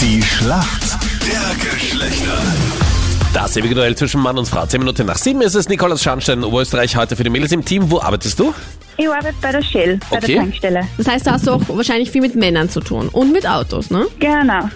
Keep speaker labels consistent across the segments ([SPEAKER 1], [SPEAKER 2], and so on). [SPEAKER 1] Die Schlacht der Geschlechter.
[SPEAKER 2] Das ewige Duell zwischen Mann und Frau. Zehn Minuten nach sieben ist es. Nikolaus Scharnstein, Oberösterreich, heute für die Mädels im Team. Wo arbeitest du?
[SPEAKER 3] Ich arbeite bei der Shell, bei
[SPEAKER 2] Okay.
[SPEAKER 3] der Tankstelle.
[SPEAKER 4] Das heißt, da hast du auch wahrscheinlich viel mit Männern zu tun und mit Autos, ne?
[SPEAKER 3] Genau.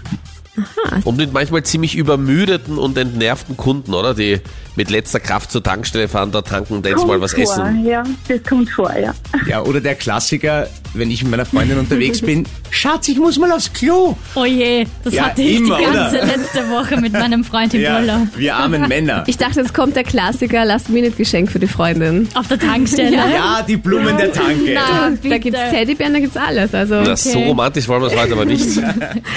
[SPEAKER 2] Und mit manchmal ziemlich übermüdeten und entnervten Kunden, oder? Die mit letzter Kraft zur Tankstelle fahren, da tanken und jetzt mal was
[SPEAKER 3] vor,
[SPEAKER 2] essen.
[SPEAKER 3] Ja, das kommt vor, ja.
[SPEAKER 5] Ja, oder der Klassiker, wenn ich mit meiner Freundin unterwegs bin, Schatz, ich muss mal aufs Klo.
[SPEAKER 6] Oh je, das
[SPEAKER 5] Ja,
[SPEAKER 6] hatte ich
[SPEAKER 5] immer,
[SPEAKER 6] die ganze
[SPEAKER 5] oder?
[SPEAKER 6] letzte Woche mit meinem Freund im Urlaub.
[SPEAKER 5] wir armen Männer.
[SPEAKER 4] Ich dachte, jetzt kommt der Klassiker Last-Minute-Geschenk für die Freundin.
[SPEAKER 6] Auf der Tankstelle.
[SPEAKER 5] Ja, die Blumen der Tanke.
[SPEAKER 4] Da
[SPEAKER 6] Ah, bitte.
[SPEAKER 4] gibt's Teddybären, da gibt's alles. Also,
[SPEAKER 2] Das so romantisch wollen wir es heute aber nicht.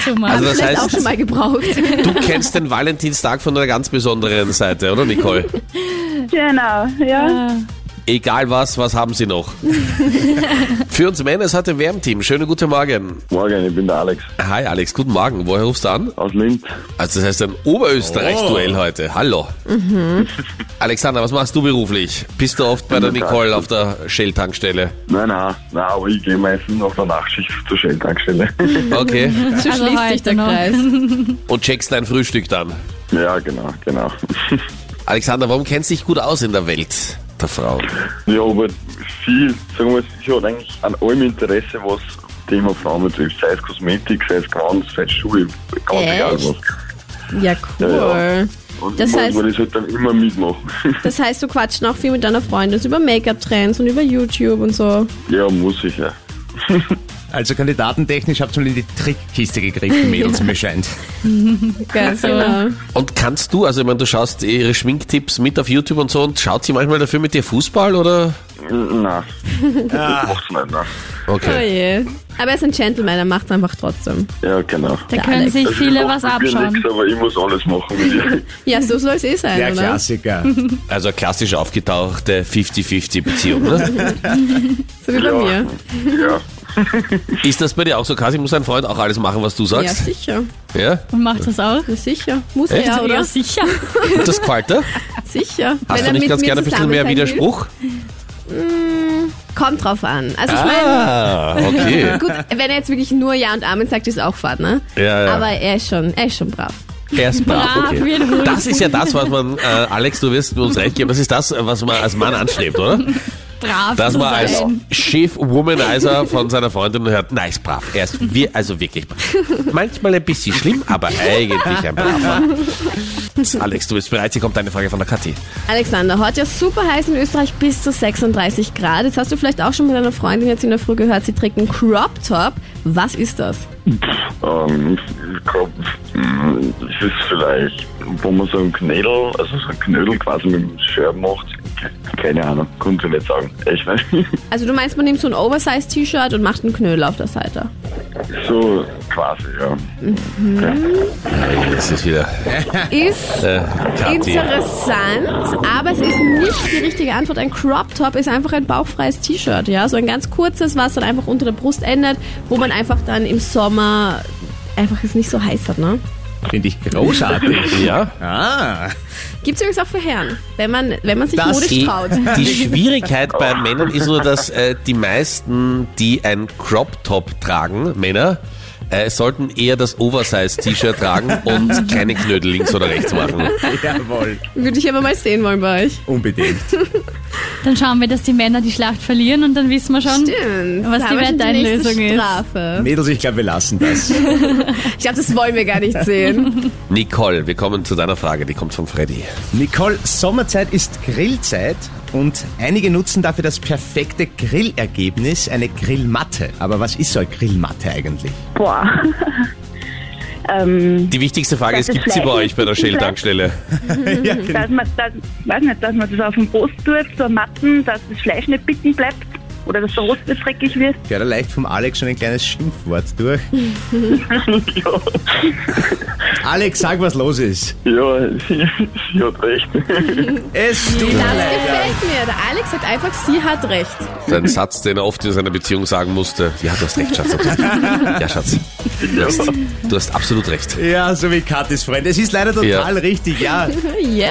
[SPEAKER 6] Thomas.
[SPEAKER 2] Also das
[SPEAKER 4] vielleicht
[SPEAKER 2] heißt,
[SPEAKER 4] auch schon mal gebraucht.
[SPEAKER 2] du kennst den Valentinstag von einer ganz besonderen Seite, oder Nicole?
[SPEAKER 3] Genau, ja.
[SPEAKER 2] Egal was, was haben sie noch? für uns Männer ist heute wer im Team? Schönen guten Morgen.
[SPEAKER 7] Morgen, ich bin der Alex
[SPEAKER 2] Hi Alex, guten Morgen. Woher rufst du an?
[SPEAKER 7] aus Linz.
[SPEAKER 2] Also das heißt ein
[SPEAKER 4] Oh.
[SPEAKER 2] Oberösterreich-Duell heute. Hallo.
[SPEAKER 4] Mhm.
[SPEAKER 2] Alexander, was machst du beruflich? Bist du oft bei der Nicole auf der Shell-Tankstelle?
[SPEAKER 7] Nein, nein, nein, aber ich gehe meistens nach der Nachtschicht zur Shell-Tankstelle.
[SPEAKER 2] Okay.
[SPEAKER 4] So schließt
[SPEAKER 6] Also
[SPEAKER 4] sich
[SPEAKER 6] heute
[SPEAKER 4] der
[SPEAKER 6] noch.
[SPEAKER 4] Kreis.
[SPEAKER 2] Und checkst dein Frühstück dann.
[SPEAKER 7] ja, genau, genau.
[SPEAKER 2] Alexander, warum kennst du dich gut aus in der Welt der Frauen?
[SPEAKER 7] ja, aber viel, sagen wir mal, sie hat eigentlich an allem Interesse, was Thema Frauen betrifft. Sei es Kosmetik, sei es Kranz, sei es Schuhe, ganz
[SPEAKER 4] Echt?
[SPEAKER 7] egal was.
[SPEAKER 4] Ja,
[SPEAKER 7] Ja,
[SPEAKER 4] cool.
[SPEAKER 7] Und
[SPEAKER 4] Das
[SPEAKER 7] man,
[SPEAKER 4] heißt-
[SPEAKER 7] man ist halt dann immer mitmachen.
[SPEAKER 4] Das heißt, du quatschst auch viel mit deiner Freundin so über Make-up-Trends und über YouTube und so.
[SPEAKER 7] ja, muss ich, ja.
[SPEAKER 5] Also kandidatentechnisch habt ihr mal in die Trickkiste gegriffen, Mädels, mir scheint.
[SPEAKER 4] Ganz genau.
[SPEAKER 2] Und kannst du, also ich meine, du schaust ihre Schminktipps mit auf YouTube und so und schaut sie manchmal dafür mit dir Fußball oder?
[SPEAKER 7] Nein, das macht's nicht, nein.
[SPEAKER 4] Oh
[SPEAKER 2] Okay.
[SPEAKER 4] je. Aber er ist ein Gentleman, er macht's einfach trotzdem.
[SPEAKER 7] Ja, genau.
[SPEAKER 6] Da können sich
[SPEAKER 7] Also
[SPEAKER 6] viele was
[SPEAKER 7] mache mit mir
[SPEAKER 6] abschauen.
[SPEAKER 7] Nix, aber ich muss alles machen mit ihr.
[SPEAKER 4] Ja, so soll's eh sein,
[SPEAKER 5] Der
[SPEAKER 4] oder?
[SPEAKER 5] Klassiker.
[SPEAKER 2] Also eine klassisch aufgetauchte 50-50-Beziehung, ne?
[SPEAKER 4] So wie bei
[SPEAKER 7] Ja.
[SPEAKER 4] mir.
[SPEAKER 7] ja.
[SPEAKER 2] Ist das bei dir auch so, Kasi? Muss dein Freund auch alles machen, was du
[SPEAKER 4] Ja,
[SPEAKER 2] sagst?
[SPEAKER 4] sicher.
[SPEAKER 2] Ja?
[SPEAKER 6] Und macht das auch?
[SPEAKER 4] Ja, sicher. Muss er ja,
[SPEAKER 6] Ja,
[SPEAKER 4] oder?
[SPEAKER 6] sicher.
[SPEAKER 2] Und das gefällt dir?
[SPEAKER 4] Sicher.
[SPEAKER 2] Hast
[SPEAKER 4] Wenn
[SPEAKER 2] du
[SPEAKER 4] er
[SPEAKER 2] nicht
[SPEAKER 4] mit
[SPEAKER 2] ganz
[SPEAKER 4] mir
[SPEAKER 2] gerne ein bisschen
[SPEAKER 4] zusammen
[SPEAKER 2] mehr
[SPEAKER 4] sein
[SPEAKER 2] Widerspruch?
[SPEAKER 4] Will, Hm, kommt drauf an. Also ich meine,
[SPEAKER 2] Ah, okay.
[SPEAKER 4] gut, wenn er jetzt wirklich nur Ja und Amen sagt, ist auch Fahrt, ne?
[SPEAKER 2] Ja, ja.
[SPEAKER 4] Aber er ist schon, er ist schon brav.
[SPEAKER 2] Er ist brav,
[SPEAKER 6] Brav,
[SPEAKER 2] okay.
[SPEAKER 6] wie ein Hund.
[SPEAKER 2] Das ist ja das, was man, äh, Alex, du wirst uns recht geben, das ist das, was man als Mann anstrebt, oder?
[SPEAKER 6] Brav
[SPEAKER 2] Dass
[SPEAKER 6] zu
[SPEAKER 2] man als
[SPEAKER 6] sein.
[SPEAKER 2] Chef-Womanizer von seiner Freundin hört, nice, brav. Er ist wir, also wirklich brav. Manchmal ein bisschen schlimm, aber eigentlich ein braver. Alex, du bist bereit, hier kommt eine Frage von der Kathi.
[SPEAKER 4] Alexander, heute ist super heiß in Österreich bis zu 36 Grad. Jetzt hast du vielleicht auch schon mit deiner Freundin jetzt in der Früh gehört, sie trägt einen Crop Top. Was ist das?
[SPEAKER 7] Ähm, ich glaube, es ist vielleicht, wo man so einen Knödel, also so einen Knödel quasi mit dem Schirm macht. Keine Ahnung, konnte ich nicht sagen. Echt nicht?
[SPEAKER 4] Also du meinst, man nimmt so ein Oversize-T-Shirt und macht einen Knödel auf der Seite.
[SPEAKER 7] So quasi, ja.
[SPEAKER 2] Das ist wieder
[SPEAKER 4] Ist
[SPEAKER 2] äh, Kathi.
[SPEAKER 4] interessant, aber es ist nicht die richtige Antwort. Ein Crop Top ist einfach ein bauchfreies T-Shirt, ja, so ein ganz kurzes, was dann einfach unter der Brust endet, wo man einfach dann im Sommer einfach es nicht so heiß hat, ne?
[SPEAKER 5] Finde ich großartig.
[SPEAKER 2] Ja,
[SPEAKER 5] Ah,
[SPEAKER 4] Gibt's übrigens auch für Herren, wenn man wenn man sich
[SPEAKER 5] Das
[SPEAKER 4] modisch
[SPEAKER 2] Die-
[SPEAKER 4] traut.
[SPEAKER 2] Die Schwierigkeit bei Männern ist nur, dass äh, die meisten, die ein Crop-Top tragen, Männer, äh, sollten eher das Oversize-T-Shirt tragen und keine Knödel links oder rechts machen.
[SPEAKER 5] jawohl.
[SPEAKER 4] Würde ich aber mal sehen wollen bei euch.
[SPEAKER 5] Unbedingt.
[SPEAKER 6] Dann schauen wir, dass die Männer die Schlacht verlieren und dann wissen wir schon.
[SPEAKER 4] Stimmt.
[SPEAKER 6] Was
[SPEAKER 4] Da
[SPEAKER 6] die
[SPEAKER 4] haben wir schon
[SPEAKER 6] Wetteinlösung
[SPEAKER 4] nächste
[SPEAKER 6] ist.
[SPEAKER 4] Strafe.
[SPEAKER 5] Mädels, ich glaube, wir lassen das.
[SPEAKER 4] Ich glaube, das wollen wir gar nicht sehen.
[SPEAKER 2] Nicole, wir kommen zu deiner Frage, die kommt von Freddy.
[SPEAKER 5] Nicole, Sommerzeit ist Grillzeit und einige nutzen dafür das perfekte Grillergebnis, eine Grillmatte. Aber was ist so eine Grillmatte eigentlich?
[SPEAKER 3] Boah. ähm,
[SPEAKER 2] Die wichtigste Frage ist,
[SPEAKER 3] Das ist
[SPEAKER 2] gibt sie bei
[SPEAKER 3] Fleisch.
[SPEAKER 2] euch bei der Shell-Tankstelle?
[SPEAKER 5] ja, genau.
[SPEAKER 3] dass man, dass, weiß nicht, dass man das auf dem Brust tut, so Matten, dass das Fleisch nicht bitten bleibt oder dass der Rost nicht dreckig wird.
[SPEAKER 5] Ich höre da leicht vom Alex schon ein kleines Schimpfwort durch. Alex, sag, was los ist.
[SPEAKER 7] Ja, sie, sie hat recht.
[SPEAKER 5] Es tut mir
[SPEAKER 4] Das
[SPEAKER 5] leid.
[SPEAKER 4] gefällt mir. Der Alex sagt einfach, sie hat recht.
[SPEAKER 2] Das ist ein Satz, den er oft in seiner Beziehung sagen musste. Ja, du hast recht, Schatz. Ja, Schatz. Du hast, du hast absolut recht.
[SPEAKER 5] Ja, so wie Katis Freund. Es ist leider total
[SPEAKER 2] Ja.
[SPEAKER 5] richtig, ja. Damit
[SPEAKER 4] Yeah.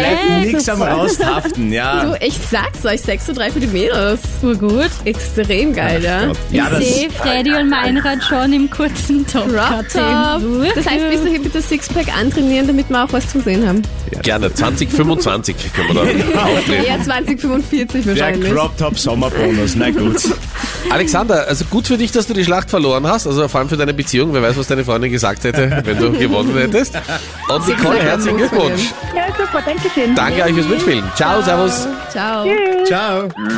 [SPEAKER 5] bleibt nichts am Raushaften,
[SPEAKER 4] Äh, Du,
[SPEAKER 5] ja.
[SPEAKER 4] ich sag's euch, 6 zu 3 für die Mädels.
[SPEAKER 6] Urgut.
[SPEAKER 4] Extrem geil, ja.
[SPEAKER 5] Ja, das,
[SPEAKER 6] ich sehe Freddy und Meinrad schon im kurzen Top.
[SPEAKER 4] Crop Top.
[SPEAKER 6] Top.
[SPEAKER 4] Das heißt, bis dahin bitte Sixpack antrainieren, damit wir auch was zum Sehen haben.
[SPEAKER 2] Gerne. 2025 können wir da auftreten.
[SPEAKER 4] Ja, 2045
[SPEAKER 5] der
[SPEAKER 4] wahrscheinlich.
[SPEAKER 5] Crop Top Sommerbonus, na gut.
[SPEAKER 2] Alexander, also gut für dich, dass du die Schlacht verloren hast, also vor allem für deine Beziehung. Wer weiß, was deine Freundin gesagt hätte, wenn du gewonnen hättest. Und Nicole, herzlichen Glückwunsch.
[SPEAKER 3] Ja, super, danke schön.
[SPEAKER 2] Danke euch fürs Mitspielen. Ciao, servus.
[SPEAKER 4] Ciao.
[SPEAKER 5] Ciao.